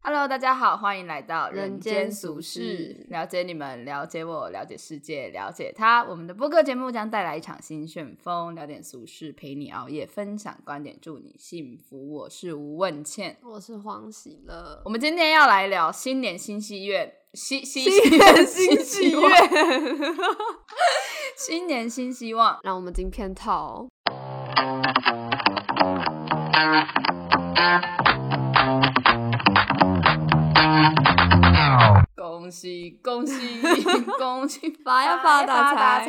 Hello，大家好，欢迎来到人间间俗俗事事，了解你们，了解我，了解世界，了解他。我们的播客节目将带来一场新旋风，聊点俗事，陪你熬夜，分享观点，祝你幸福。我是吴问倩，我是黄喜 乐我，们今天要来聊新年新戏院，新新新年新新希希望望， 新年新希望。让我们进片头。恭喜恭喜恭 喜发呀发大财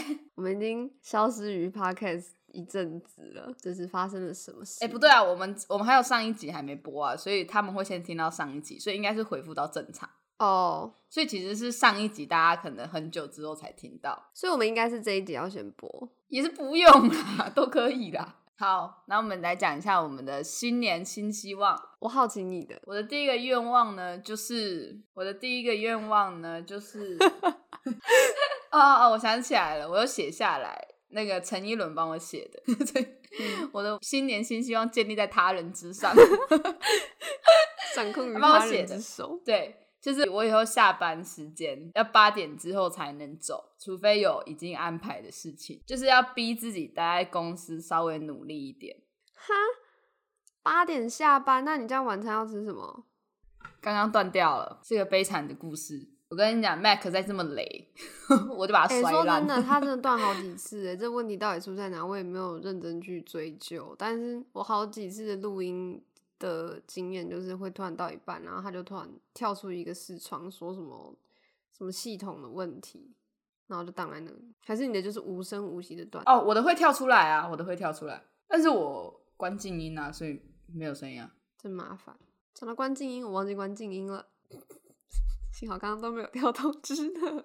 财！我们已经消失于 podcast 一阵子了，这是发生了什么事？哎、不对啊，我们我们还有上一集还没播啊，所以他们会先听到上一集，所以应该是回复到正常。哦所以其实是上一集大家可能很久之后才听到，所以我们应该是这一集要先播。也是不用啦， 都可以啦。好，那我们来讲一下我们的新年新希望。我好奇你的，我的第一个愿望呢，就是我的第一个愿望呢，就是哦哦，我想起来了，我有写下来，那个陈一伦帮我写的， 对，我的新年新希望建立在他人之上，掌控于帮我他写人的之手。对。就是我以后下班时间要八点之后才能走，除非有已经安排的事情，就是要逼自己待在公司稍微努力一点。哈，八点下班，那你这样晚餐要吃什么？刚刚断掉了，是个悲惨的故事。我跟你讲，Mac 再这么雷， 我就把它哎、摔说烂。真的，他真 的断好几次哎、这问题到底出在哪？我也没有认真去追究，但是我好几次的录音的经验就是会突然到一半，然后他就突然跳出一个视窗，说什么什么系统的问题，然后就挡在那里。还是你的就是无声无息的断？哦，我的会跳出来啊，我的会跳出来，但是我关静音啊，所以没有声音啊。真麻烦。讲到关静音，我忘记关静音了，幸好刚刚都没有跳通知呢。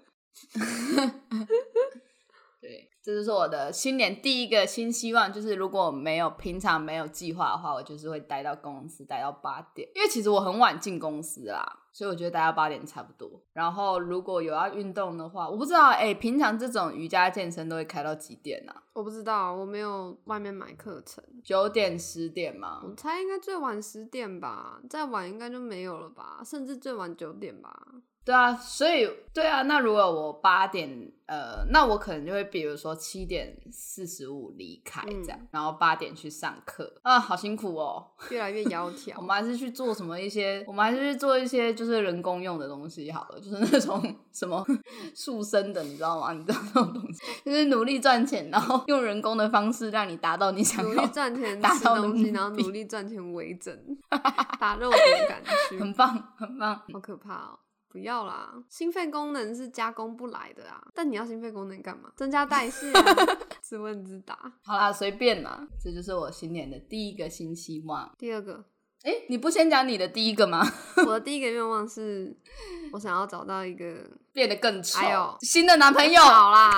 对，这就是我的新年第一个新希望，就是如果没有平常没有计划的话，我就是会待到公司待到八点，因为其实我很晚进公司啦，所以我觉得待到八点差不多。然后如果有要运动的话，我不知道哎、平常这种瑜伽健身都会开到几点啊？ 我不知道，我没有外面买课程。九点十点吗？我猜应该最晚十点吧，再晚应该就没有了吧，甚至最晚九点吧。对啊，所以对啊，那如果我八点呃，那我可能就会比如说七点四十五离开这样，然后八点去上课啊，好辛苦哦。越来越窈窕我。们还是去做什么一些，我们还是去做一些就是人工用的东西好了，就是那种 什么塑身的，你知道吗？你知道那种东西，就是努力赚钱，然后用人工的方式让你达到你想努要力，赚钱达吃到的东目西，然后的努力赚钱 为真，打肉毒杆很菌，棒，很棒。好可怕哦！不要啦，心肺功能是加工不来的啊。但你要心肺功能干嘛？增加代谢、 啊，自问自答。好啦，随便啦，这就是我新年的第一个新希望。第二个，哎，你不先讲你的第一个吗？我的第一个愿望是，我想要找到一个变得更丑，哎呦新的男朋友，好啦，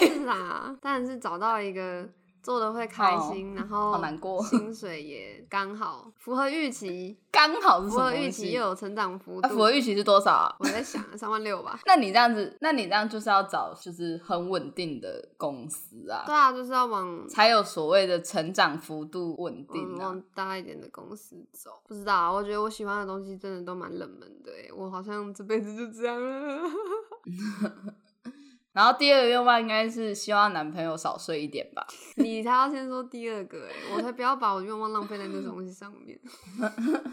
耶，是啦，当然是找到一个做的会开心，然后好难过薪水也刚好符合预期，刚好是什符么合东预西期又有成长幅啊，度。符合预期是多少啊？我在想 三万六吧。那你这样子，那你这样就是要找就是很稳定的公司啊对，啊，就是要往才有所谓的成长幅度稳往定啊。往大一点的公司走。不知道啊，我觉得我喜欢的东西真的都蛮冷门的诶，我好像这辈子就这样了。 然后第二个愿望应该是希望男朋友少睡一点吧。你才要先说第二个诶，欸我才不要把我愿望浪费在那东西上面。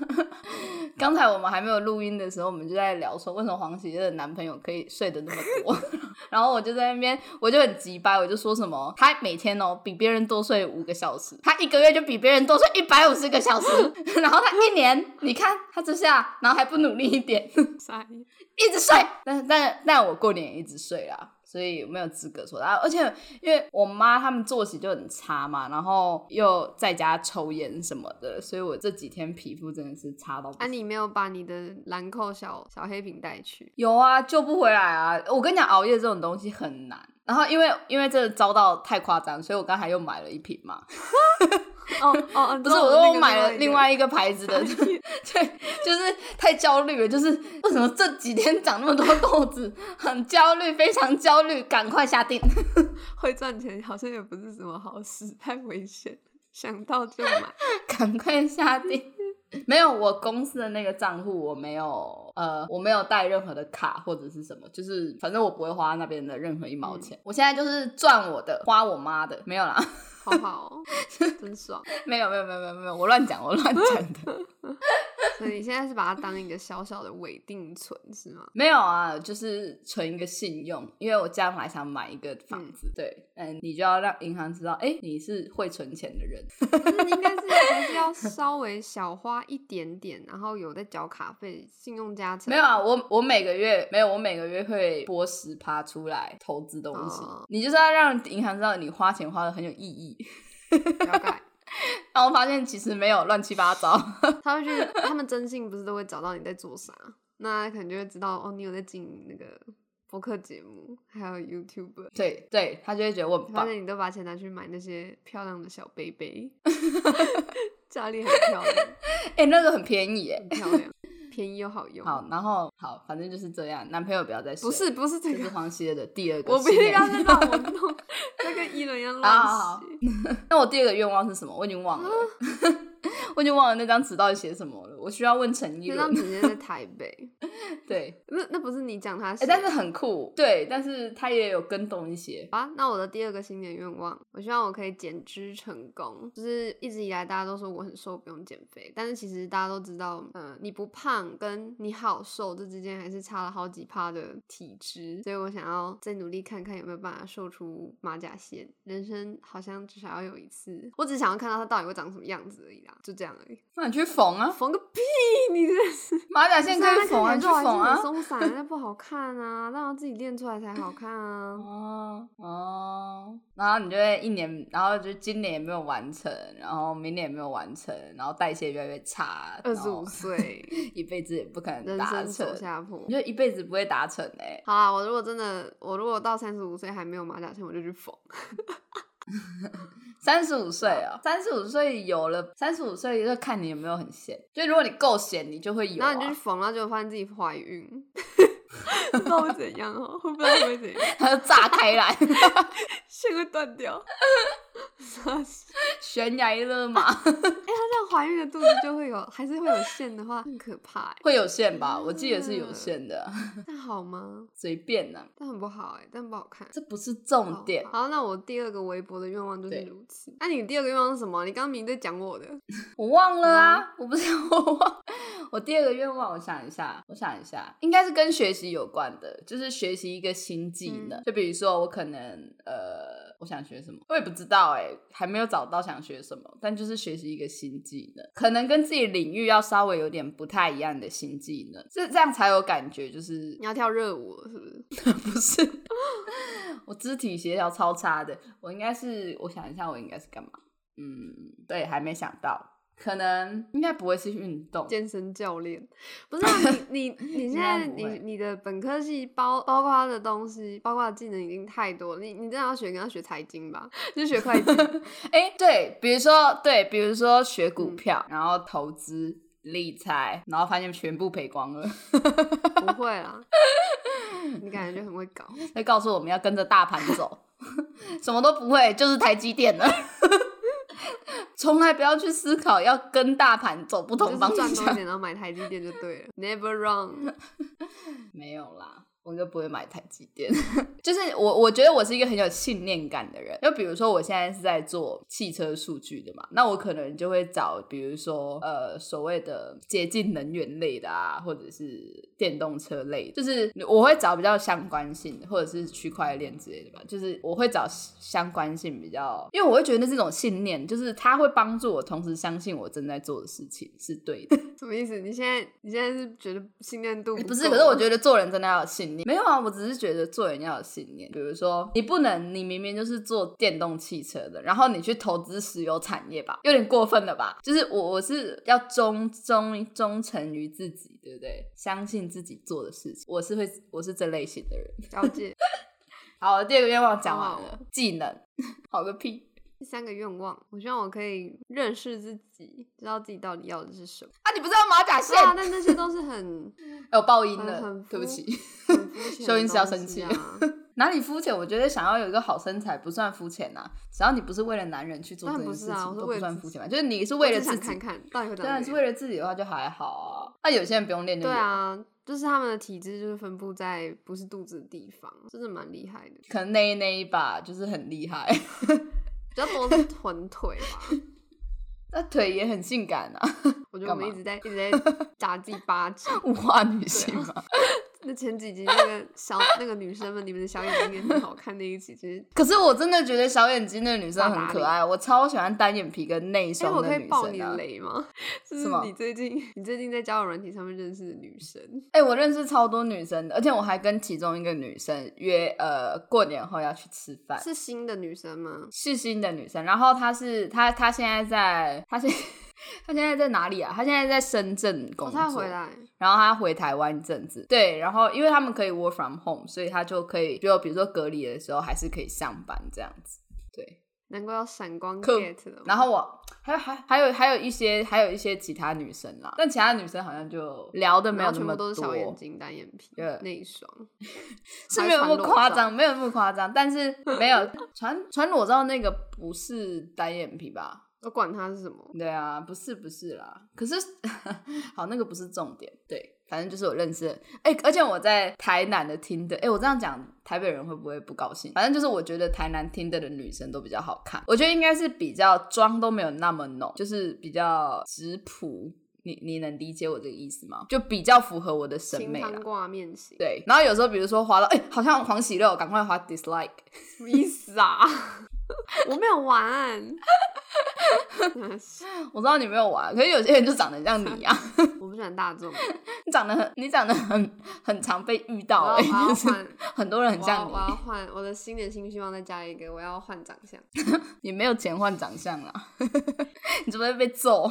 刚才我们还没有录音的时候，我们就在聊说为什么黄喜乐的男朋友可以睡得那么多， 然后我就在那边我就很急掰，我就说什么他每天哦比别人多睡五个小时，他一个月就比别人多睡一百五十个小时， 然后他一年你看他这下，然后还不努力一点，傻眼一直睡， 但但但我过年也一直睡啦，所以没有资格说啊。而且因为我妈他们作息就很差嘛，然后又在家抽烟什么的，所以我这几天皮肤真的是差到不啊，行。你没有把你的兰蔻小小黑瓶带去，有啊，救不回来啊！我跟你讲，熬夜这种东西很难。然后因为因为这个遭到太夸张，所以我刚才又买了一瓶嘛。哦哦，不是，我说又买了另外一个牌子的， 傻眼对，就是太焦虑了，就是为什么这几天长那么多痘子，很焦虑，非常焦虑，赶快下定。会赚钱，好像也不是什么好事，太危险了，想到就买。赶快下定。 没有，我公司的那个账户我没有，呃，我没有带任何的卡或者是什么，就是反正我不会花那边的任何一毛钱。我现在就是赚我的，花我妈的，没有啦， 好好、哦， 真爽。没有，没有，没有，没有，没有，我乱讲，我乱讲的， 所以你现在是把它当一个小小的伪定存是吗？没有啊，就是存一个信用，因为我将来想买一个房子，对，嗯，你就要让银行知道，哎，你是会存钱的人，可是你应该是还是要稍微小花一点点，然后有在缴卡费、信用加成。没有啊，我我每个月没有，我每个月会拨十趴出来投资东西。哦你就是要让银行知道你花钱花的很有意义。 了解。然后发现其实没有乱七八糟， 他会去，他们征信不是都会找到你在做啥，那可能就会知道哦，你有在经营那个播客节目，还有 YouTube，对对，他就会觉得我很发棒。现你都把钱拿去买那些漂亮的小杯 杯，家里很漂亮，哎、那个很便宜耶很。漂亮，便宜又好用。好，然后好，反正就是这样。男朋友不要再睡不是不是这这是个，黄歇的第二个。我不应该再让我 弄，那个一轮一样啊好好乱好写。那我第二个愿望是什么？我已经忘啊了， 我已经忘了那张纸到底写什么了。我需要问陈一那张伦。纸现在在台北，对，那那不是你讲他哎、但是很酷，对，但是他也有跟动一些。啊，那我的第二个新年愿望，我希望我可以减脂成功。就是一直以来大家都说我很瘦，不用减肥，但是其实大家都知道，呃，你不胖跟你好瘦这之间还是差了好几趴的体脂，所以我想要再努力看看有没有办法瘦出马甲线。人生好像至少要有一次，我只想要看到它到底会长什么样子而已啦，就这样而已。那你去缝啊，缝个屁！你这是马甲线可以缝啊，那看去起缝来肉还是很啊。松散，那不好看啊，那要自己练出来才好看啊。哦哦，然后你就会一年，然后就今年也没有完成，然后明年也没有完成，然后代谢越来越差，二十五， 岁。 一辈子也不可能人达生成走，下坡你。就一辈子不会达成哎、好啦，我如果真的，我如果到三十五岁还没有马甲线，我就去缝。三十五岁哦，三十五岁有了，三十五岁就看你有没有很闲。就如果你够闲，你就会有、然啊。后你就去缝，然后结果发现自己怀孕， 不知道会怎样哦，我不知道会怎样，它就啊 炸开 来，线会断掉。哎、悬崖勒马，她哎这样怀孕的肚子就会有，还是会有线的话，很可怕哎。会有限吧？我记得是嗯有限的， 那好吗？随便呢、但很不好哎，但不好看。这不是重好点。好，那我第二个微博的愿望就是对如此。那、你第二个愿望是什么？你刚刚明明在讲我的， 我忘了啊，我不是我忘。我第二个愿望，我想一下，我想一下，应该是跟学习有关的，就是学习一个新技能。嗯就比如说，我可能呃，我想学什么，我也不知道哎、还没有找到想学什么，但就是学习一个新技能，可能跟自己领域要稍微有点不太一样的新技能，这这样才有感觉，就是你要跳热舞了是 不是？不是，我肢体协调超差的。我应该是，我想一下，我应该是干嘛？嗯，对，还没想到，可能应该不会是运动。健身教练，不是、 啊、你你你应现该在不你会你的本科系包包括的东西，包括的技能已经太多了，你你真的要学，跟要学财经吧， 就学会计，哎、对，比如说，对，比如说学股嗯票，然后投资。理财，然后发现全部赔光了。 不会啦，你感觉就很会 搞，他告诉我们要跟着大盘走， 什么都不会，就是台积电了。 从来不要去思考要跟大盘走不就同是方赚多一向。点，然后买台积电就对了，Never wrong， 没有啦，我应该不会买台积电。 就是我，我觉得我是一个很有信念感的人。就比如说，我现在是在做汽车数据的嘛，那我可能就会找，比如说呃，所谓的洁净能源类的啊，或者是电动车类，就是我会找比较相关性的，或者是区块链之类的吧。就是我会找相关性比较，因为我会觉得那是一种信念，就是它会帮助我同时相信我正在做的事情是对的。什么意思？你现在你现在是觉得信任度哎不不是，够可是我吗觉得做人真的要有信念。没有啊，我只是觉得做人要有信念。比如说，你不能，你明明就是做电动汽车的，然后你去投资石油产业吧，有点过分了吧？就是我我是要忠忠忠诚于自己，对不对？相信自己做的事情，我是会我是这类型的人。了解。好，第二个愿望讲完好了，技能， 好个屁！第三个愿望，我希望我可以认识自己，知道自己到底要的是什么。 啊，你不是要马甲线对？啊，但这些都是很有爆音很了很，对不肤起。很 肤浅的收音师要东生西气啊哪里肤浅？我觉得想要有一个好身材不算肤浅呐，只要你不是为了男人去做当这件然不事是啊情，我是都不为了算自肤己浅吧。就是你是我为了只自想己，看看到底会对啊，当是为了自己的话就还好啊。那有些人不用练就对有，啊，就是他们的体质就是分布在不是肚子的地方，真的蛮厉害的，可能那一那一把就是很厉害，比较多是臀腿吧。那腿也很性感啊，我觉得干我们一嘛直在一直在打自己巴掌。 物化啊女性嘛。那前几集那个小那个女生们，你们的小眼睛也很好看那一集，其实可是我真的觉得小眼睛的女生很可爱，我超喜欢单眼皮跟内 哎、双我的可以女爆你生啊的。雷吗？ 就什是么你最近你最近在交友软体上面认识的女生，哎、我认识超多女生的，而且我还跟其中一个女生约，呃，过年后要去吃饭。是新的女生吗？是新的女生，然后她是她她现在在她现她现在在哪里啊？她现在在深圳工哦，作，她回来，然后她回台湾一阵子，对，然后因为他们可以 work from home，所以她就可以就比如说隔离的时候还是可以上班这样子，对。难怪要闪光可 get 了。然后我还有还还有还有一些还有一些其他女生啦，但其他女生好像就聊的没然有那后全部么都多，是小眼睛、单眼皮对、内双，是还没有那传么裸夸照张，没有那么夸张，但是没有 传传裸照那个不是单眼皮吧？我管她是什么。对啊，不是不是啦，可是好，那个不是重点，对，反正就是我认识的，哎、而且我在台南的听的，哎，我这样讲，台北人会不会不高兴？反正就是我觉得台南听的的女生都比较好看，我觉得应该是比较妆都没有那么浓，就是比较直朴，你你能理解我这个意思吗？就比较符合我的审清美啦汤。挂面型，对，然后有时候比如说滑到，哎、好像黄喜乐，赶快滑 dislike，什么意思啊？ 我没有玩， 我知道你没有玩，可是有些人就长得像你啊。我不喜欢大 众，你长得很，你长得很很常被遇我到、要我欸，要就是换， 很多人很我要像我要你，换我的新年新希望再加一个，我要换长相。你没有钱换长相啦， 你只会被揍、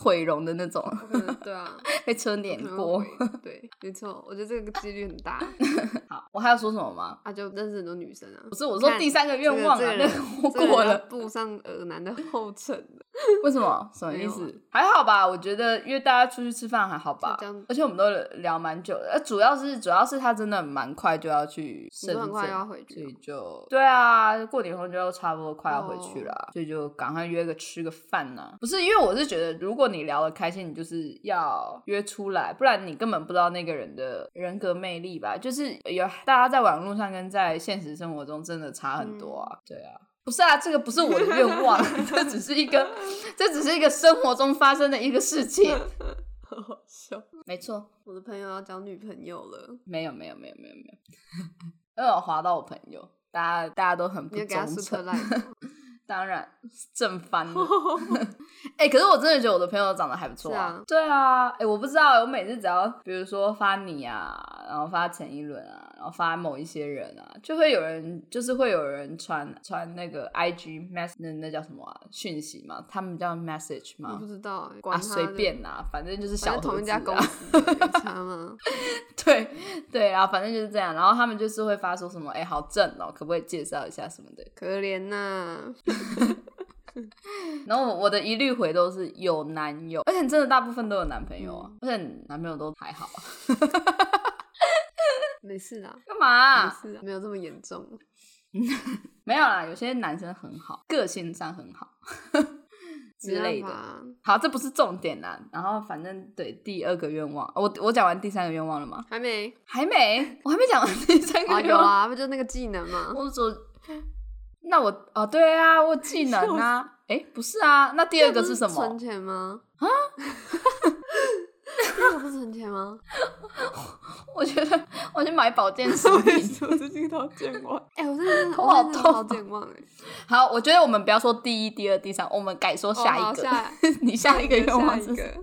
毁容的那种，我可能 对啊，被车碾可能过会。对，没错，我觉得这个几率很大。 好，我还要说什么吗？啊，就认识很多女生啊。不是，我说看第三个愿望啊，这个那人个我过这个人要了，步上耳男的后 尘了。为什么？什么意没有思？还好吧，我觉得约大家出去吃饭还好吧就这样，而且我们都聊蛮久的，呃，主要是主要是他真的蛮快就要去你深说圳，很快就要回所以去就对啊，过年后就差不多快要回去哦了，啊所以就赶快约个吃个饭呢、不是，因为我是觉得，如果你聊得开心，你就是要约出来，不然你根本不知道那个人的人格魅力吧。就是有大家在网络上跟在现实生活中真的差很多嗯啊。对啊，不是啊，这个不是我的愿望，这只是一 个，这只是一个生活中发生的一个事情。哦，好笑。没错，我的朋友要交女朋友 了，没有，没有，没有，没有，没有， 因为我划到我朋友。大家大家都很不你要给他忠 super 诚， like 吗。当然正翻 了。哎、可是我真的觉得我的朋友长得还不错是啊对啊，哎、我不知道，我每次只要比如说发你啊，然后发陈一伦啊，然后发某一些人啊，就会有人就是会有人传传那个 IG mess 那那叫什么、啊、讯息嘛，他们叫 message 我嘛不。知道欸，啊，管他随的便啦、反正就是反小正同盒一子家啊公司的有差吗？ 对对啊，反正就是这样。然后他们就是会发说什么，哎、好正哦，可不可以介绍一下什么的？可怜呐、然后我我的一律回都是有男友，而且真的大部分都有男朋友啊，而且男朋友都还好啊。 没事啦，干嘛啊、没事啦，没有这么严重。没有啦，有些男生很好，个性上很好 之类没办的法。啊，好，这不是重点啦。然后反正对第二个愿望，我我讲完第三个愿望了吗？还没 还没，我还没讲完第三啊？个有愿望。啦，不就那个技能吗？我说，那我哦，对啊，我有技能 啊。诶，不是啊，那第二个是什那不么存？钱吗？ 啊？那个不是存钱 吗？我觉得我去买保健食品。 我最近都健 忘。哎、我真的是头我好真的痛好健忘哎、好，我觉得我们不要说第一、第二、第三， 我们改说哦下好一个。下 你下一个愿下望一是什么？个，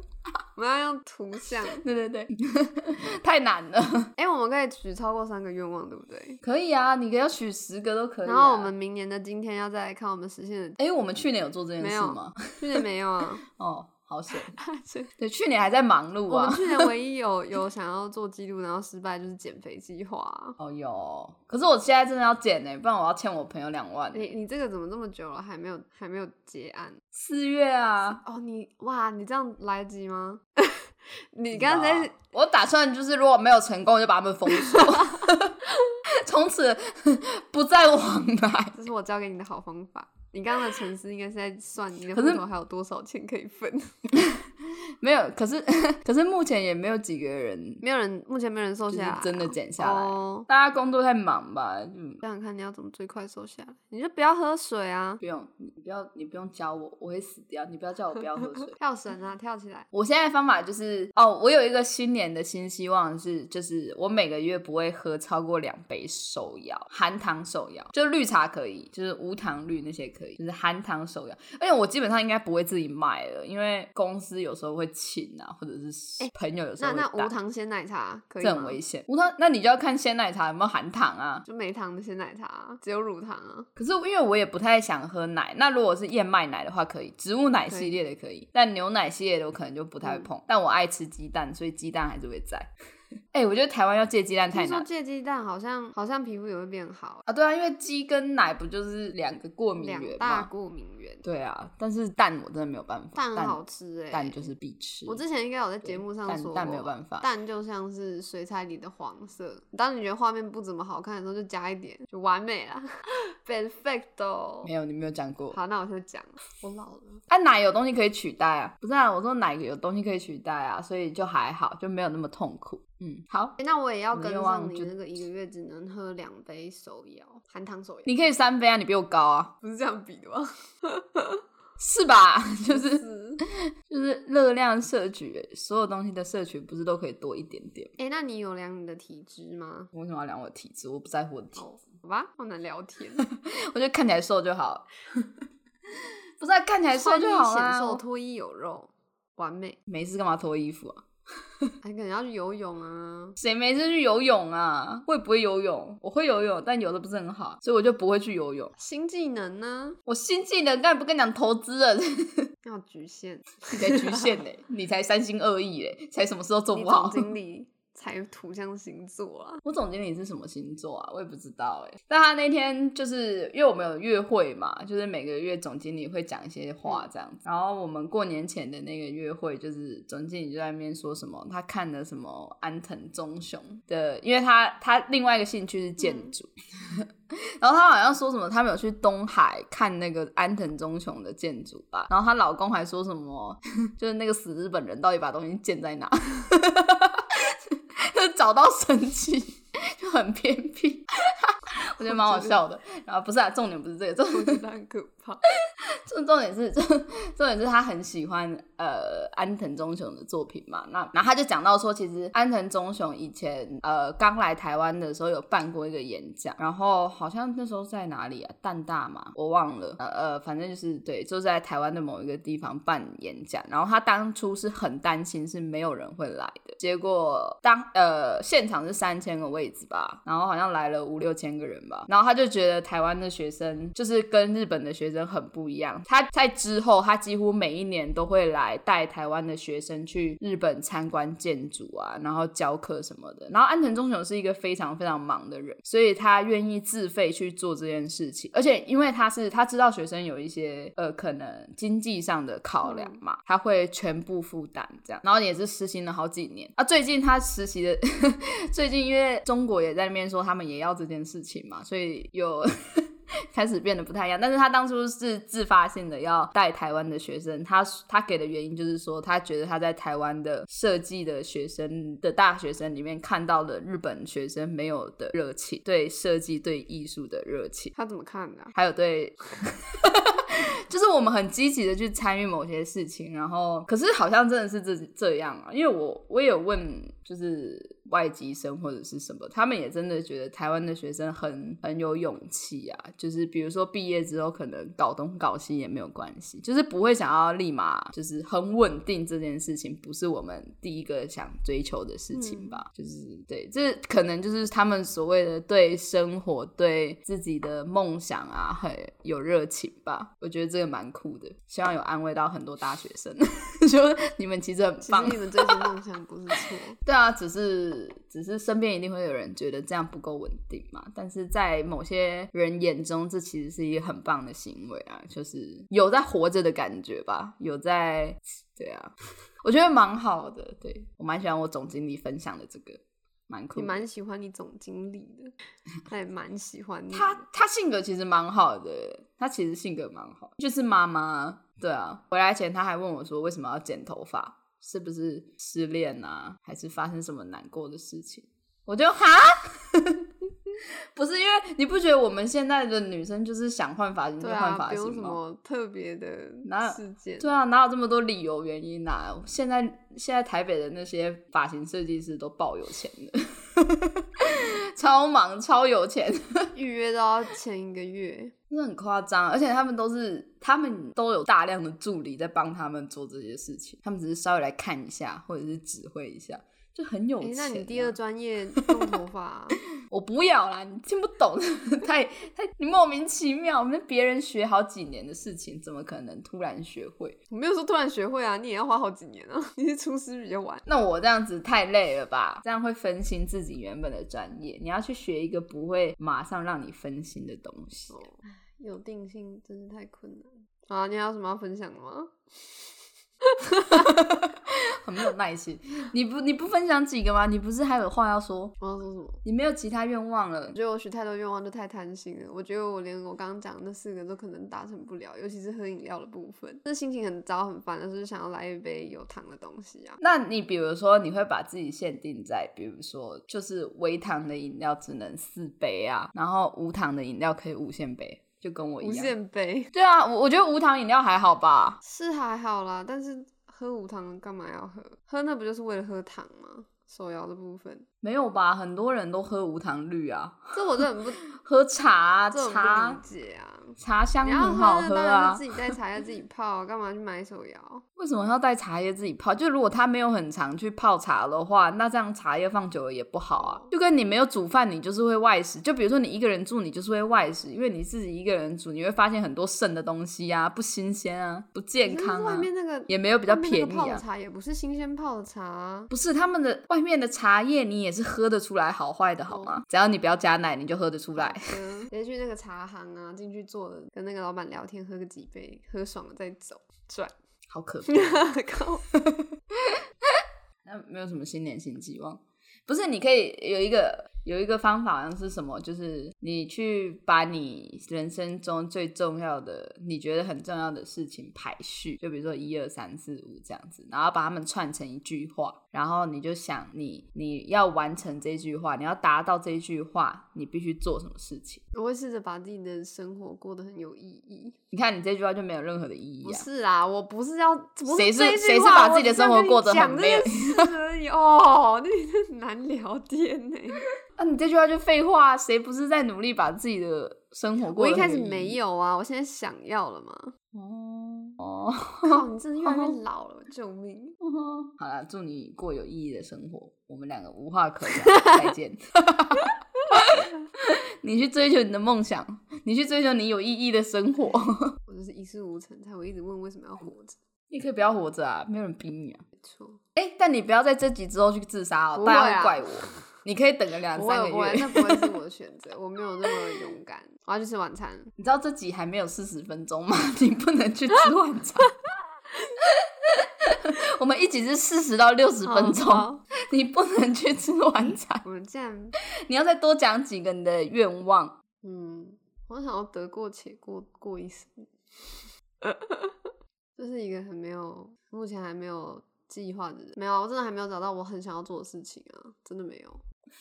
我们要用图像。对对对， 太难了。哎、我们可以许超过三个愿望，对不对？可以啊，你要取十个都可以、啊。然后我们，明年的今天要再来看我们实现的，哎、我们去年有做这件没事有 吗？去年没 有啊？哦，好 险！所以对，去年还在忙碌我们啊。去年唯一有有想要做记录，然后失败就是减肥计划啊。哦哟，可是我现在真的要减呢、欸不然我要欠我朋友两万、你你这个怎么这么久了还没有还没有结案？四月啊，哦，你哇，你这样来得及吗？ 你刚才啊我打算就是如果没有成功，我就把他们封 锁，从此 不再往来。这是我教给你的好方法。你刚刚的沉思应该是在算你的户可是头还有多少钱可以分。 没有，可是 可是目前也没有几个人没有人，目前没有人瘦就是下来啊，真的减下来，哦。大家工作太忙吧，嗯，想想看，你要怎么最快瘦下来？你就不要喝水啊，。不用，你不要，你不用教我，我会死掉。你不要叫我不要喝水 跳绳啊，跳起 来。我现在的方法就是，哦，我有一个新年的新希望是，就是我每个月不会喝超过两杯手摇，含糖手摇，就绿茶可以，就是无糖绿那些可以，就是含糖手摇。而且我基本上应该不会自己买了，因为公司有时候会请啊，或者是朋友有时那候会那带无糖鲜奶茶可以这很吗？危险。无糖，那你就要看鲜奶茶有没有含糖啊。就没糖的鲜奶茶啊，只有乳糖啊。可是因为我也不太想喝奶，那如果是燕麦奶的话可以，植物奶系列的可以，但牛奶系列的我可能就不太会嗯碰。但我爱吃鸡蛋，所以鸡蛋还是会在。哎、我觉得台湾要戒鸡蛋太难听说了戒鸡蛋好像好像皮肤也会变好，啊！对啊，因为鸡跟奶不就是两个过敏两源大吗？过敏源，对啊，但是蛋我真的没有办法，蛋蛋很好吃哎、蛋就是必吃。我之前应该有在节目上蛋说过，蛋没有办法蛋就像是水彩里的黄色，当你觉得画面不怎么好看的时候，就加一点，就完美啦，perfecto 没。有，你没有讲过。好，那我就讲，我老了，啊，奶有东西可以取代啊？不是啊，我说奶有东西可以取代啊，所以就还好，就没有那么痛苦。嗯，好，诶那我也要跟没有啊上你你就那个一个月只能喝两杯手摇含糖手摇，你可以三杯啊，你比我高啊，不是这样比 的吗？是吧？ 就是是。就是热量摄取，所有东西的摄取不是都可以多一点点吗？哎、那你有量你的体脂吗？我为什么要量我体脂？我不在乎我的体哦，好吧，好难聊天。我就看起来瘦就好了。 不是、啊、看起来瘦穿衣就好显啦、瘦，啊。脱衣有肉，完美。没事干嘛脱衣服啊？还可能要去游泳啊。谁没事去游泳啊？会不会游泳？我会游泳，但游的不是很好，所以我就不会去游泳。新技能呢，我新技能刚才不跟你讲投资了，要局限。你才局限呢、你才三心二意嘞、才什么事都做 你不总好。 经理才土象星座啊，我总经理是什么星座啊？我也不知道哎、但他那天就是因为我们有月会嘛，就是每个月总经理会讲一些话这样子。然后我们过年前的那个月会，就是总经理就在那边说什么，他看了什么安藤忠雄的，因为他他另外一个兴趣是建筑。 然后她好像说什么，他们有去东海看那个安藤忠雄的建筑吧。然后她老公还说什么， 就是那个死日本人到底把东西建在哪？ 就找到神奇，就很偏僻， 我觉得蛮好笑的。然后不是啊，重点不是这个，重 我觉得很可怕。重重点是重点是他很喜欢呃安藤忠雄的作品嘛，那然后他就讲到说，其实安藤忠雄以前呃刚来台湾的时候有办过一个演讲，然后好像那时候在哪里啊，淡大嘛，我忘了，呃呃，反正就是对，就是在台湾的某一个地方办演讲，然后他当初是很担心是没有人会来的，结果当呃现场是三千个位置吧，然后好像来了五六千个人吧，然后他就觉得台湾的学生就是跟日本的学生很不一样，他在之后他几乎每一年都会来带台湾的学生去日本参观建筑啊，然后教课什么的，然后安藤忠雄是一个非常非常忙的人，所以他愿意自费去做这件事情，而且因为他是他知道学生有一些呃可能经济上的考量嘛，他会全部负担这样，然后也是实行了好几年啊。最近他实习的， 最近因为中国也在那边说他们也要这件事情嘛，所以有。 开始变得不太一样，但是他当初是自发性的要带台湾的学生，他他给的原因就是说，他觉得他在台湾的设计的学生的大学生里面看到了日本学生没有的热情，对设计、对艺术的热情，他怎么看的啊、还有对。 就是我们很积极的去参与某些事情，然后可是好像真的是这这样啊，因为我我也有问，就是外籍生或者是什么，他们也真的觉得台湾的学生很很有勇气啊，就是比如说毕业之后可能搞东搞西也没有关系，就是不会想要立马就是很稳定这件事情，不是我们第一个想追求的事情吧，就是对，这可能就是他们所谓的对生活、对自己的梦想啊，很有热情吧。我觉得这个蛮酷的，希望有安慰到很多大学生， 就你们其实很其实棒你。们这些梦 想不是错，对啊，只是只是身边一定会有人觉得这样不够稳定嘛，但是在某些人眼中，这其实是一个很棒的行为啊，就是有在活着的感觉吧，有在对啊，我觉得蛮好的，对我蛮喜欢我总经理分享的这个，蛮酷你的。蛮喜欢你总经理 的，他也蛮喜欢你的。他他性格其实蛮好的，欸他其实性格蛮好，就是妈妈。对啊，回来前他还问我说为什么要剪头发，是不是失恋啊，还是发生什么难过的事情？我就哈， 不是因为你不觉得我们现在的女生就是想换发型就对换啊，发不用型什吗？么特别的哪有事件。对啊，哪有这么多理由原因啊？现在现在台北的那些发型设计师都爆有钱的， 超忙超有钱。预约都要前一个月，真的很夸张，而且他们都是他们都有大量的助理在帮他们做这些事情，他们只是稍微来看一下或者是指挥一下，就很 有哎、钱啊、那你第二专 业弄头发、啊我不要啦，你听不懂， 太太你莫名其妙，我们别人学好几年的事情，怎么可能突然学会？我没有说突然学会啊，你也要花好几年啊。 你是厨师比较晚，那我这样子太累了吧？这样会分心自己原本的专业。你要去学一个不会马上让你分心的东西。哦有定性真是太困难。啊，你还有什么要分享的吗？ 很没有耐心。你不你不分享几个吗？你不是还有话要说？我要说什么？你没有其他愿望了我，觉得我许太多愿望就太贪心了。我觉得我连我刚刚讲的那四个都可能达成不了，尤其是喝饮料的部分。这心情很糟很烦的时候，就想要来一杯有糖的东西啊。那你比如说，你会把自己限定在，比如说，就是微糖的饮料只能四杯啊，然后无糖的饮料可以无限杯，就跟我一无样。限杯对啊，我我觉得无糖饮料还好吧。是还好啦，但是喝无糖干嘛要喝？喝那不就是为了喝糖吗？手摇的部分，没有吧？很多人都喝无糖绿啊，这我真的很 不喝茶啊、这种不理茶解啊。茶香你要很喝好那喝当然啊是。自己带茶叶自己泡，啊干嘛去买手摇？为什么要带茶叶自己泡？就如果他没有很常去泡茶的话，那这样茶叶放久了也不好啊。就跟你没有煮饭，你就是会外食。就比如说你一个人住，你就是会外食，因为你自己一个人煮，你会发现很多剩的东西啊，不新鲜啊，不健可是康外啊，面那个也没有比较外面那便个宜泡的啊。茶也不是新鲜泡的茶啊，不是他们的外面的茶叶，你也是喝得出来好坏的哦好吗？只要你不要加奶，你就喝得出来。嗯，直接去那个茶行啊，进去坐着跟那个老板聊天，喝个几杯，喝爽了再走， 赚。好可怕。靠，那没有什么新年新希望，不是？你可以有一个有一个方法，好像是什么？就是你去把你人生中最重要的、你觉得很重要的事情排序，就比如说一二三四五这样子，然后把它们串成一句话，然后你就想你你要完成这句话，你要达到这句话，你必须做什么事情？我会试着把自己的生活过得很有意义。你看你这句话就没有任何的意义不啊！是啊，我不是要，不谁是是这一句谁是把话我自己的只是要生活跟你过得讲很这累件事而已哦， 那很难聊天呢、那、你这句话就废话啊，谁不是在努力把自己的生活过我得一开很始有意没义有啊，我现在想要了嘛。哦哦。靠，你真的越来越老了，救命！好啦，祝你过有意义的生活。我们两个无话可讲，再见。 你去追求你的梦想，你去追求你有意义的生活。 我就是一事无成，才会一直问为什么要活着。你可以不要活着啊，没有人逼你啊。没错，哎、但你不要在这集之后去自杀哦，不会大啊家会怪我。你可以等个两不三个会不会，月。那不会是 我的选择，我没有那么勇敢。我要去吃晚餐，你知道这集还没有四十分钟吗？ 你不能去吃晚餐。 我们一集是四十到六十分好钟，好你不能去吃晚餐。 我们这样，你要再多讲几个你的愿望。嗯，我想要得过且过过一生， 这是一个很没有，目前还没有计划的人。没有啊，我真的还没有找到我很想要做的事情啊，真的没有。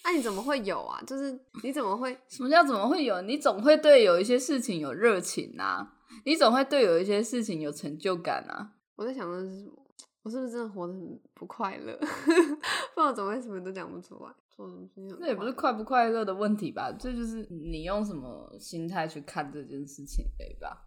那、你怎么会有啊？就是你怎么会？什么叫怎么会有？你总会对有一些事情有热情啊，你总会对有一些事情有成就感啊。我在想的是什么？我是不是真的活得很不快乐？ 不然我怎么会什么都讲不出来？做什么事情很那也不是快乐快不快乐的问题吧，这就是你用什么心态去看这件事情对吧。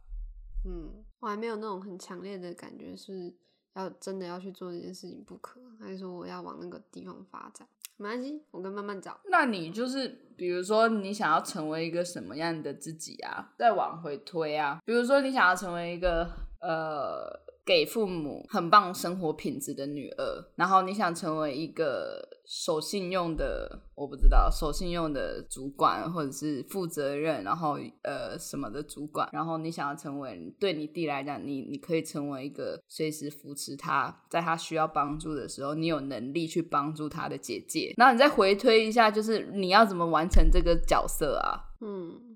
嗯，我还没有那种很强烈的感觉是要真的要去做这件事情不可，他就说我要往那个地方发展。没关系，我跟慢慢找。那你就是比如说你想要成为一个什么样的自己啊？再往回推啊，比如说你想要成为一个呃给父母很棒生活品质的女儿，然后你想成为一个守信用的，我不知道守信用的主管或者是负责任，然后呃什么的主管，然后你想要成为对你弟来讲，你你可以成为一个随时扶持他，在他需要帮助的时候，你有能力去帮助他的姐姐。然后你再回推一下，就是你要怎么完成这个角色啊？嗯，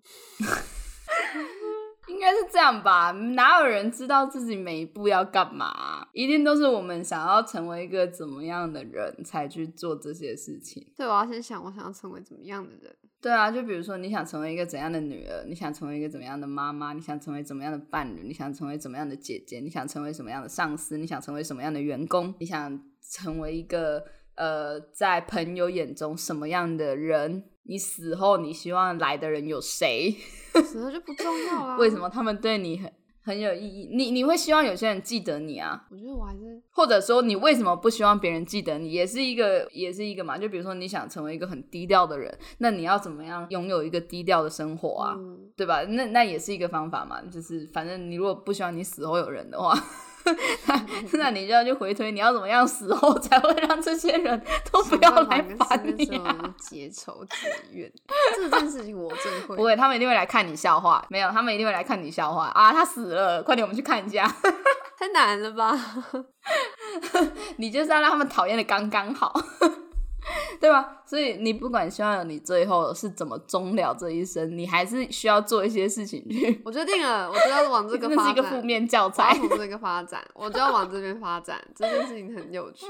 应该是这样吧？哪有人知道自己每一步要干嘛啊、一定都是我们想要成为一个怎么样的人才去做这些事情。对，我要先想我想要成为怎么样的人。对啊，就比如说你想成为一个怎样的女儿，你想成为一个怎么样的妈妈，你想成为怎么样的伴侣，你想成为怎么样的姐姐，你想成为什么样的上司，你想成为什么样的员工，你想成为一个呃，在朋友眼中什么样的人。你死后，你希望来的人有谁？ 死了就不重要啊啦。为什？么他们对你很很有意义？你你会希望有些人记得你啊，我觉得我还 是或者说你为什么不希望别人记得你，也是一个也是一个嘛。就比如说你想成为一个很低调的人，那你要怎么样拥有一个低调的生活啊？嗯，对吧？那那也是一个方法嘛，就是反正你如果不希望你死后有人的话， 那那你就要去回推你要怎么样死后才会让这些人都 不要来烦你、啊。结仇结怨，这件事情我最 会。不会，他们一定会来看你笑话。没有，他们一定会来看你笑话啊！他死了，快点，我们去看一下。 太难了吧？你就是要让他们讨厌的刚刚好， 对吧？所以你不管希望你最后是怎么终了这一生，你还是需要做一些事情去。我决定了，我就要往这个 那发是一个负展。面教我要材。从这个发展，我就要往这边发展。这件事情很有趣，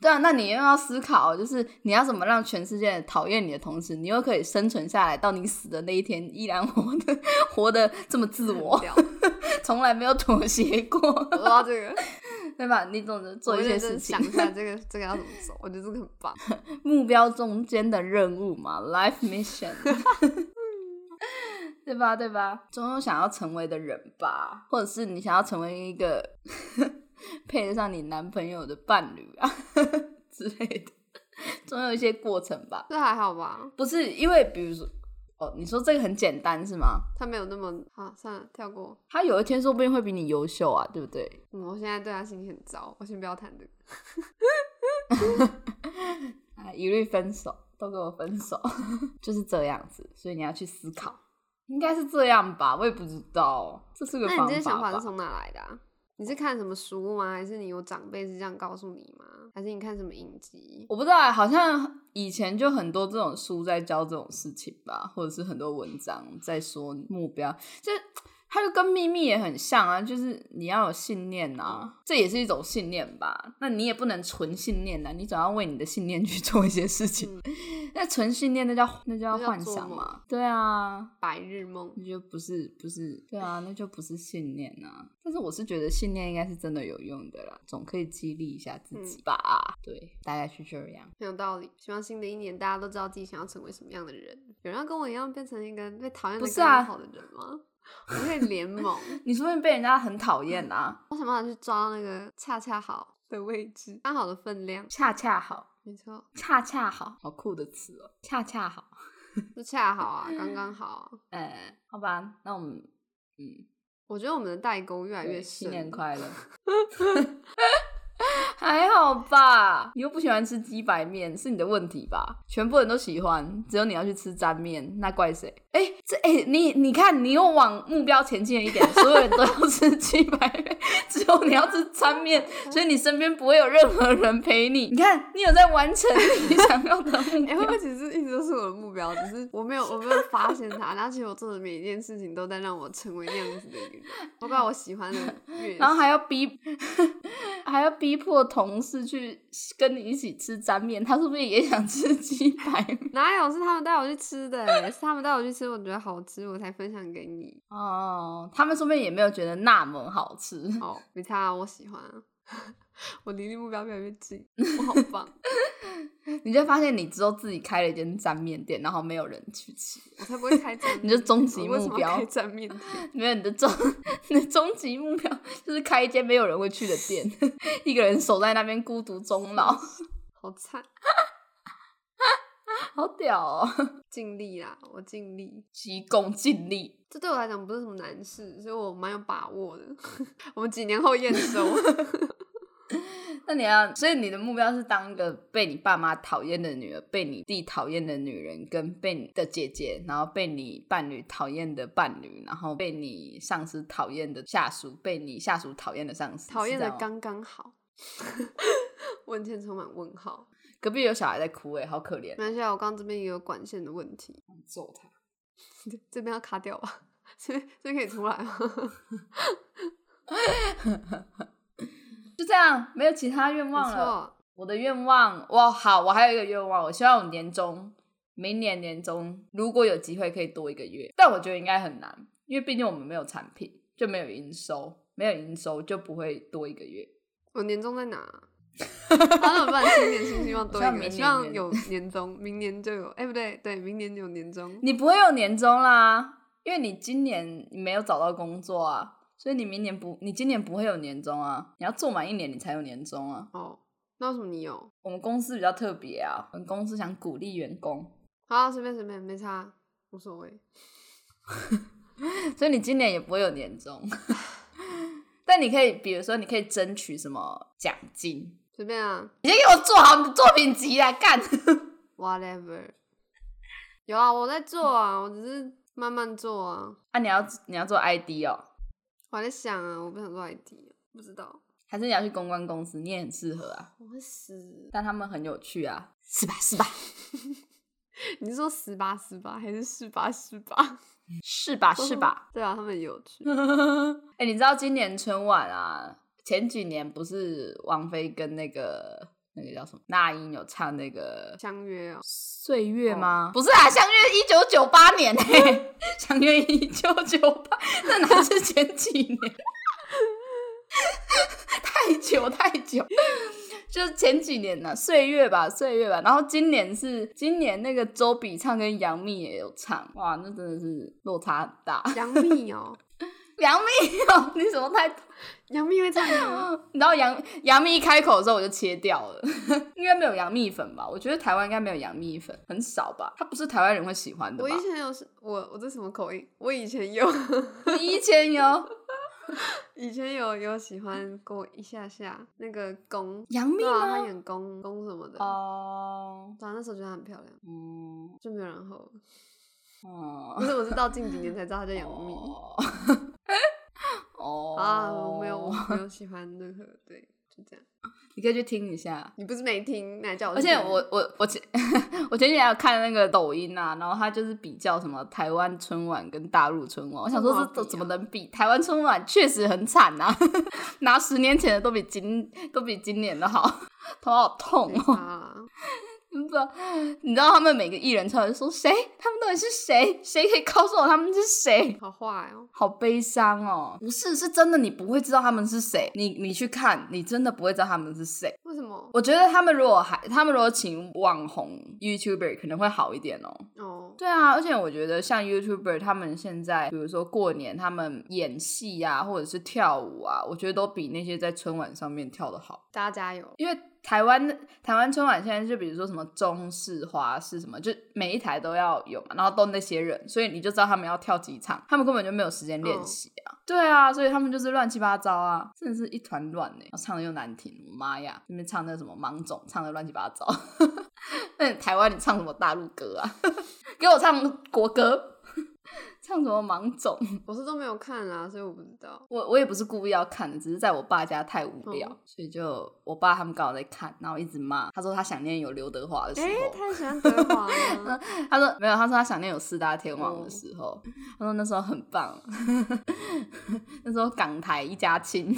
对啊，那你又要思考，就是你要怎么让全世界讨厌你的同时，你又可以生存下来，到你死的那一天依然活的活的这么自我， 掉。从来没有妥协过， 我要这个，对吧？你总是做我一些认真事情想，一下这 个这个要怎么走，我觉得这个很棒。目标中间的任务嘛，life mission，对吧？对吧？总有想要成为的人吧，或者是你想要成为一个 配得上你男朋友的伴侣啊 之类的，总有一些过程吧。这还好吧？不是因为，比如说，哦，你说这个很简单是吗？他没有那么好，算了，跳过。他有一天说不定会比你优秀啊，对不对？嗯，我现在对他心情很糟，我先不要谈这个。啊，一律分手，都跟我分手， 就是这样子。所以你要去思考，应该是这样吧？我也不知道，这是个方那你法这些想法吧是从哪来的、啊？你是看什么书吗？还是你有长辈是这样告诉你吗？还是你看什么影集？我不知道、啊好像以前就很多这种书在教这种事情吧，或者是很多文章在说目标，就是它就跟秘密也很像啊，就是你要有信念啊，这也是一种信念吧。那你也不能纯信念呐、啊你总要为你的信念去做一些事情。那纯信念那叫那叫嗯那叫幻做想梦嘛？对啊，白日梦，那就不是不是，对啊，那就不是信念啊。但是我是觉得信念应该是真的有用的啦，总可以激励一下自嗯己吧。对，大概是这样。很有道理。希望新的一年大家都知道自己想要成为什么样的人。有人要跟我一样变成一个被讨厌不的是啊更好的人吗？ 我们可以联盟，你说不定被人家很讨厌啊，我想办法去抓到那个恰恰好的位置，刚好的分量。恰恰好，没错，恰恰好，好酷的词哦，恰恰好。就恰好啊，刚刚好啊。呃，好吧，那我们嗯，我觉得我们的代沟越来越对深。新年快 乐。还好吧，你又不喜欢吃鸡白面，是你的问题吧？全部人都喜欢，只有你要去吃沾面，那怪谁？哎、这哎、你你看，你又往目标前进了一点，所有人都要吃鸡白面，只有你要吃沾面，所以你身边不会有任何人陪你。你看，你有在完成你想要的 目哎、标会不。会其实一直都是我的目标，只是我没有我没有发现它，而且我做的每一件事情都在让我成为那样子的一个人，我把我喜欢的乐器， 然后还要逼，还要逼迫同事去跟你一起吃沾面，他是不是也想吃鸡排 面？哪有是他们带我去吃的，欸是他们带我去吃，我觉得好吃，我才分享给你。哦，他们说不定也没有觉得那么好吃。 哦，没差啊，我喜欢啊。 我离离目标越来越 近，我好棒！你就会发现你之后自己开了一间沾面店，然后没有人去吃， 我才不会开展，你就终极我为什目么要标开，展面店？没有你的终 你的终极目标就是开一间没有人会去的店， 一个人守在那边孤独终老， 好惨，好屌哦！ 尽力啦，我尽力。急功近利，这对我来讲不是什么难事，所以我蛮有把握的。 我们几年后验收， 那你要，所以你的目标是当一个被你爸妈讨厌的女儿，被你弟讨厌的女人，跟被你的姐姐，然后被你伴侣讨厌的伴侣，然后被你上司讨厌的下属，被你下属讨厌的哦上司，讨厌是这的样吗刚刚好。 问题充满问号，隔壁有小孩在哭、欸，哎，好可怜没，关系啊，我刚刚这边也有管线的问题，揍他！这边要卡掉吧？这边这边可以出来吗？就这样，没有其他愿 不望了。错，我的愿望，哇，好，我还有一个愿望，我希望我年终，明年年终如果有机会可以多一个月，但我觉得应该很难，因为毕竟我们没有产品，就没有营收，没有营收就不会多一个月。我哦年终在哪？啊 好，那我办新年新希望我多希望一明个，年希望年 有年终，明年就有。哎、不对，对，明年有年终。你不会有年终啦，因为你今年你没有找到工作啊，所以你明年不，你今年不会有年终啊，你要做满一年你才有年终啊。哦，那为什么你有？我们公司比较特别啊，我们公司想鼓励员工，好啊，随便随便，没差，无所谓。所以你今年也不会有年终， 但你可以，比如说你可以争取什么奖金，随便啊你先给我做好你的作品集啊，干！ ，whatever。有啊，我在做啊，我只是慢慢做啊。啊，你要你要做 ID 哦，我还在想啊，我不想做 ID，不知道，还是你要去公关公司？你也很适合啊，我会死。但他们很有趣啊，是吧？是吧？ 你是说十八十八还是十八十八？是吧？是吧？？ 对啊，他们很有趣。哎、你知道今年春晚啊？前几年不是王菲跟那个那个叫什么那英有唱那个《相约哦，岁月》吗？不是啊，《相约一九九八年、欸》 相约一九九八》，那哪是前几年？ 太久太久，就是前几年呢、岁月》吧，《岁月》吧。然后今年是今年那个周笔畅跟杨幂也有唱，哇，那真的是落差很大。 杨幂哦，杨幂哦，你什么态度？杨幂会 唱歌。你知道杨杨幂一开口的时候，我就切掉了， 应该没有杨幂粉吧？我觉得台湾应该没有杨幂粉，很少吧？她不是台湾人会喜欢的我吧以？前有是，我我这什么口音？我以前有， 你以前有以前有有喜欢过一下下那个宫，杨幂对啊，她吗？演宫宫什么的。哦，对啊，那时候觉得她很漂亮，嗯，就没有然后了。不哦，是，我是到近几年才知道她叫 杨幂。哦，啊，我没有，我没有喜欢任何，对，就这样。你可以去听一下。你不是没听，那叫我而去且听我我我前 我前几天还有看那个抖音啊，然后他就是比较什么台湾春晚跟大陆春晚，我想说这么好比这啊怎么能比？台湾春晚确实很惨啊， 拿十年前的都比今都比今年的好， 头好痛没哦！差啦你知道你知道他们每个艺人出来就说谁？他们到底是谁？谁可以告诉我他们是谁？好坏哦。好悲伤哦！不是，是真的，你不会知道他们是谁。你你去看，你真的不会知道他们是谁。为什么？我觉得他们如果还，他们如果请网红 YouTuber 可能会好一点哦。哦，对啊，而且我觉得像 YouTuber 他们现在，比如说过年他们演戏啊，或者是跳舞啊，我觉得都比那些在春晚上面跳的好。大家加油！因为台湾台湾春晚现在就比如说什么中式、华式什么，就每一台都要有嘛，然后都那些人，所以你就知道他们要跳几场，他们根本就没有时间练习啊。对啊，所以他们就是乱七八糟啊，真的是一团乱呢、然后唱的又难听，我妈呀，那边唱那什么芒种，唱的乱七八糟。 那你台湾你唱什么大陆歌啊？ 给我唱国歌， 唱什么芒种？我是都没有看啦，所以我不知道。我我也不是故意要看的，只是在我爸家太无聊，嗯所以就我爸他们刚好在看，然后一直骂，他说他想念有刘德华的时哎、候，他喜欢德华啊呢他说没有，他说他想念有四大天王的时候，他说那时候很棒， 那时候港台一家亲，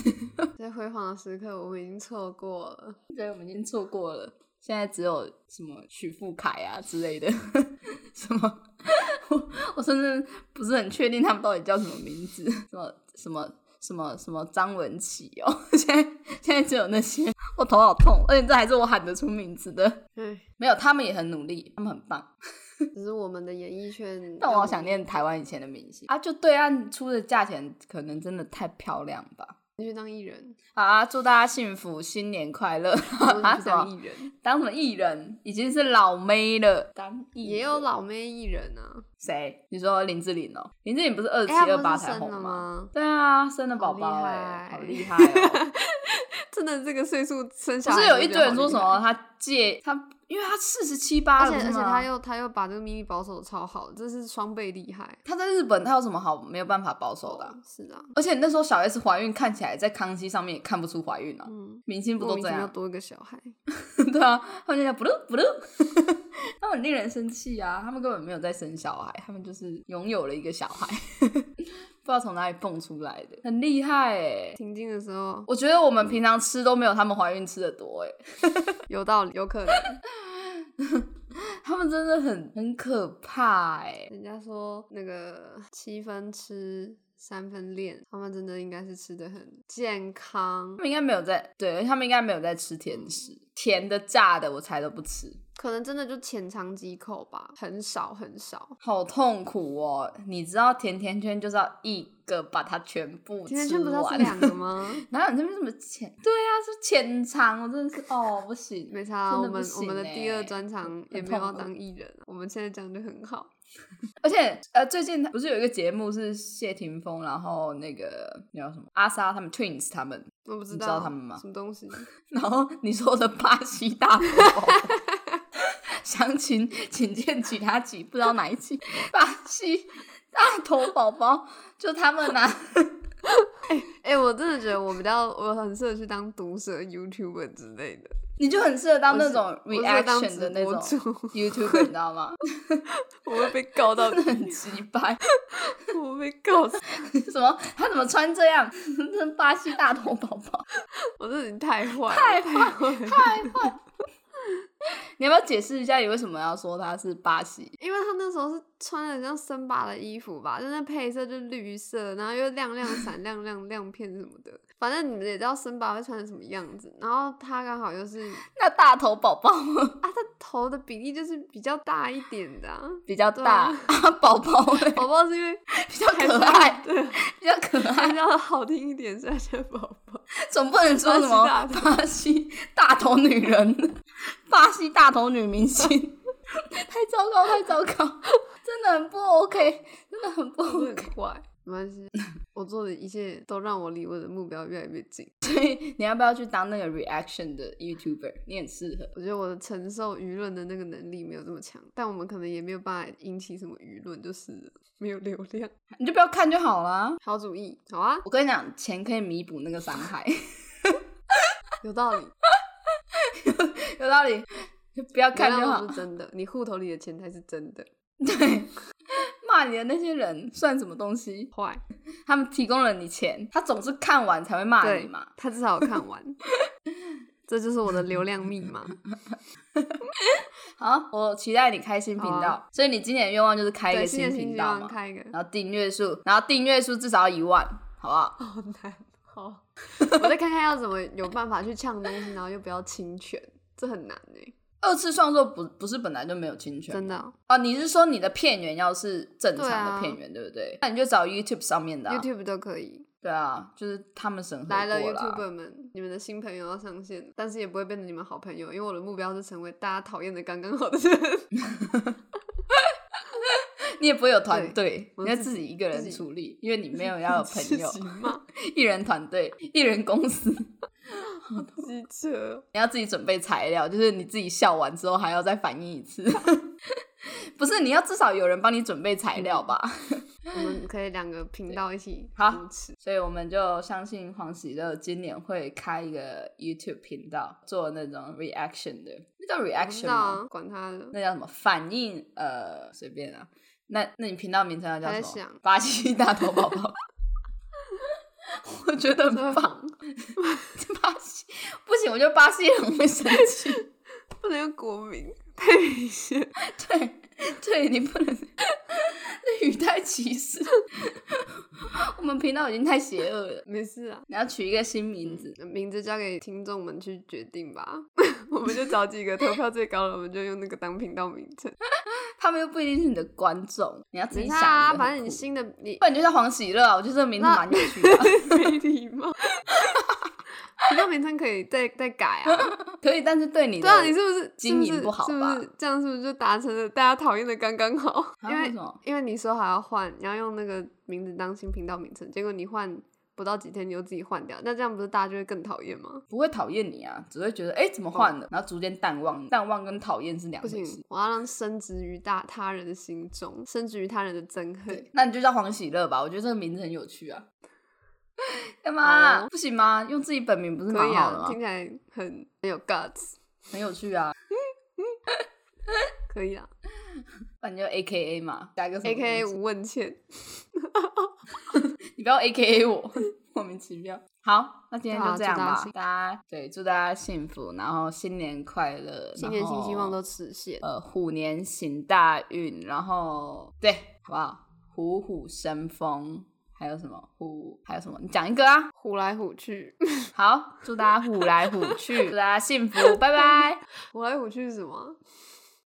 在辉煌的时刻，我们已经错过了。对，我们已经错过了，现在只有什么许富凯啊之类的， 什么。我我甚至不是很确定他们到底叫什么名字，什么什么什么什么张文琪哦，现在现在只有那些，我头好痛，而且这还是我喊得出名字的。 对，没有，他们也很努力，他们很棒。只是我们的演 艺圈。但我好想念台湾以前的明星啊，就对岸出的价钱可能真的太漂亮吧。你去当艺 人，好啊，祝大家幸福，新年快乐！ 我啊去什么当艺人，当什么艺人，已经是老妹了。当艺人也有老妹艺人啊。谁？你说林志玲哦？林志玲不是二七哎，他二不八是才生红了吗？吗？对啊，生了宝宝好厉哎，害好厉害 哦！真的，这个岁数生不小孩是有一堆就觉得人说什好么厉害？他戒他，因为他四十七八而了，且不而是且吗他又他又把这个秘密保守得超好，这是双倍 厉害。他在日本，他有什么好没有办法保守的啊、是的啊，而且那时候小 S 怀孕，看起来在康熙上面也看不出怀孕啊。嗯，明星不莫都名这其妙样？多一个小孩， 对啊，他们就叫不噜不噜， 他们很令人生气啊！他们根本没有在生小孩，他们就是拥有了一个小孩， 不知道从哪里蹦出来的，很厉害哎、停经的时候我觉得我们平常吃都没有他们怀孕吃的多哎、有道理，有可能。他们真的很很可怕哎、人家说那个七分吃，三分练，他们真的应该是吃的很健康他，们应该没有在对，他们应该没有在吃甜食，甜的、炸的我才都不吃，可能真的就浅尝几口吧，很少很少。好痛苦哦！你知道甜甜圈就是要一个把它全部甜甜圈不是吃要完吃两 个吗？哪有你这边这么浅？对啊，是浅尝，我真的是哦，不行，没差啊、真我的不们我行们的第二欸专场也很没有痛要苦当艺人啊，我们现在讲的很好。而且呃，最近不是有一个节目是谢霆锋，然后那个那叫什么阿莎他们 Twins 他们，我不你知知道道他们吗什么东西？然后你说的巴西大富翁，详情请见其他集，不知道哪一集。巴西大头宝宝，就他们啊拿、哎、我真的觉得我比较，我很适合去当毒舌 YouTuber 之类的，你就很适合当那种我是我是当 reaction 的那种直播主 YouTube，你知道吗？我会被告到底，很鸡掰，我会被告死， 什么他怎么穿这样？ 那巴西大头宝宝，我真的太坏，太坏，太坏！你要不要解释一下你为什么要说他是巴西？因为他那时候是穿的像森巴的衣服吧，就那配色就绿色，然后又亮 亮闪亮亮亮片什么的，反正你们也知道森巴会穿成什么样子，然后他刚好又是那大头宝宝啊，他头的比例就是比较大一点的、啊。比较对大啊， 啊宝宝嘞宝宝是因为比较还是可要爱，对，比较可爱还。是要好听一点，所以他叫 宝宝。总不能说什么巴西大头女人、巴西大头女明星， 太糟糕，太糟糕，真的很不 OK，真的很不我很 OK。坏，没关 系，我做的一切都让我离我的目标越来越近。所以你要不要去当那个 reaction 的 YouTuber？你很适合。我觉得我的承受舆论的那个能力没有这么强，但我们可能也没有办法引起什么舆论，就是了没有流量。你就不要看就好啦。好主意，好啊，我跟你讲，钱可以弥补那个伤害，有道 理。有道理。 就不要看流就量好都不。是真的，你户头里的钱才是真的。 对，骂你的那些人算什么东西？坏，他们提供了你钱，他总是看完才会骂你对嘛。，他至少有看完， 这就是我的流量密码。好，我期待你开新频道。好啊所以你今年的愿望就是 开一对，个新的新频希道望嘛，开一个， 然后订阅数，然后订阅数至少要一万，好不 好？好难哦。我再看看要怎么有办法去呛东西，然后又不要侵权，这很难哎、二次创作不不是本来就没有侵权真的哦、哦？你是说你的片源要是正对常啊的片源，对,、不对？那你就找 YouTube 上面的、啊 YouTube 都可以。对啊，就是他们审核过来了啊 YouTuber 们，你们的新朋友要上线，但是也不会变成你们好朋友，因为我的目标是成为大家讨厌的刚刚好的人。你也不会有团队，我你要自己自己一个人自己处理，因为你 没有要有朋友自，己 骂，一人团队，一人公司， 机车。你要自己准备材料，就是你自己笑完之后还要再反应一次。 不是，你要至少有人帮你准备材料吧？嗯我们可以两个频道一起好扶持。所以我们就相信黄喜乐今年会开一个 YouTube 频道，做那种 reaction 的，那叫我不知 reaction 道吗？啊，管他 的。那叫什么反应？呃，随便啊。那那你频道名称要叫还在什么想？巴西大头宝宝。 我觉得这会很棒，红巴西不行，我觉得巴西人会生气。不能用国 名，太明显。对，对你不能，那语带歧视。我们频道已经太邪恶了，没事啊，你要取一个新名字。名字交给听众们去决定吧。 我们就找几个投票最高的，我们就用那个当频道名称。他们又不一定是你的观众，你要自己没想差一个很啊，酷。反正 你新的你 不然你就叫黄喜乐啊，我觉得这个名字那蛮有趣的，没礼貌。频道名称可以再再改 啊！可以，但是对你的对啊，你是不是经营是不好是吧不是这样？是不是就达成了大家讨厌的刚刚好？啊因为什为么因为你说好要换，你要用那个名字当新频道名称，结果你换不到几天你又自己换掉，那这样不是大家就会更讨厌吗？不会讨厌你啊，只会觉得哎、诶怎么换了，然后逐渐淡忘你，淡忘跟讨厌是两哦不回行事。，我要让深植于大他人的心中，深植于他人的憎恨。那你就叫黄喜乐吧，我觉得这个名字很有趣啊。干嘛、啊好哦不行吗？用自己本名不是可蛮以好的啊，吗？听起来很很有 guts，很有趣啊，可以啊。那你就 A K A 嘛，加一个什么 A K A 名字吴问倩，你不要 A K A 我， 莫名其妙。好，那今天好就啊这样祝大家吧幸，大家对祝大家幸福，然后新年快乐，新年新希望然后都实现。呃虎年行大运，然后对，好不好？虎虎生风，还有什么虎？还有什么？你讲一个啊！虎来虎去，好，祝大家虎来虎去，祝大家幸福，拜拜。虎来虎去是什么啊？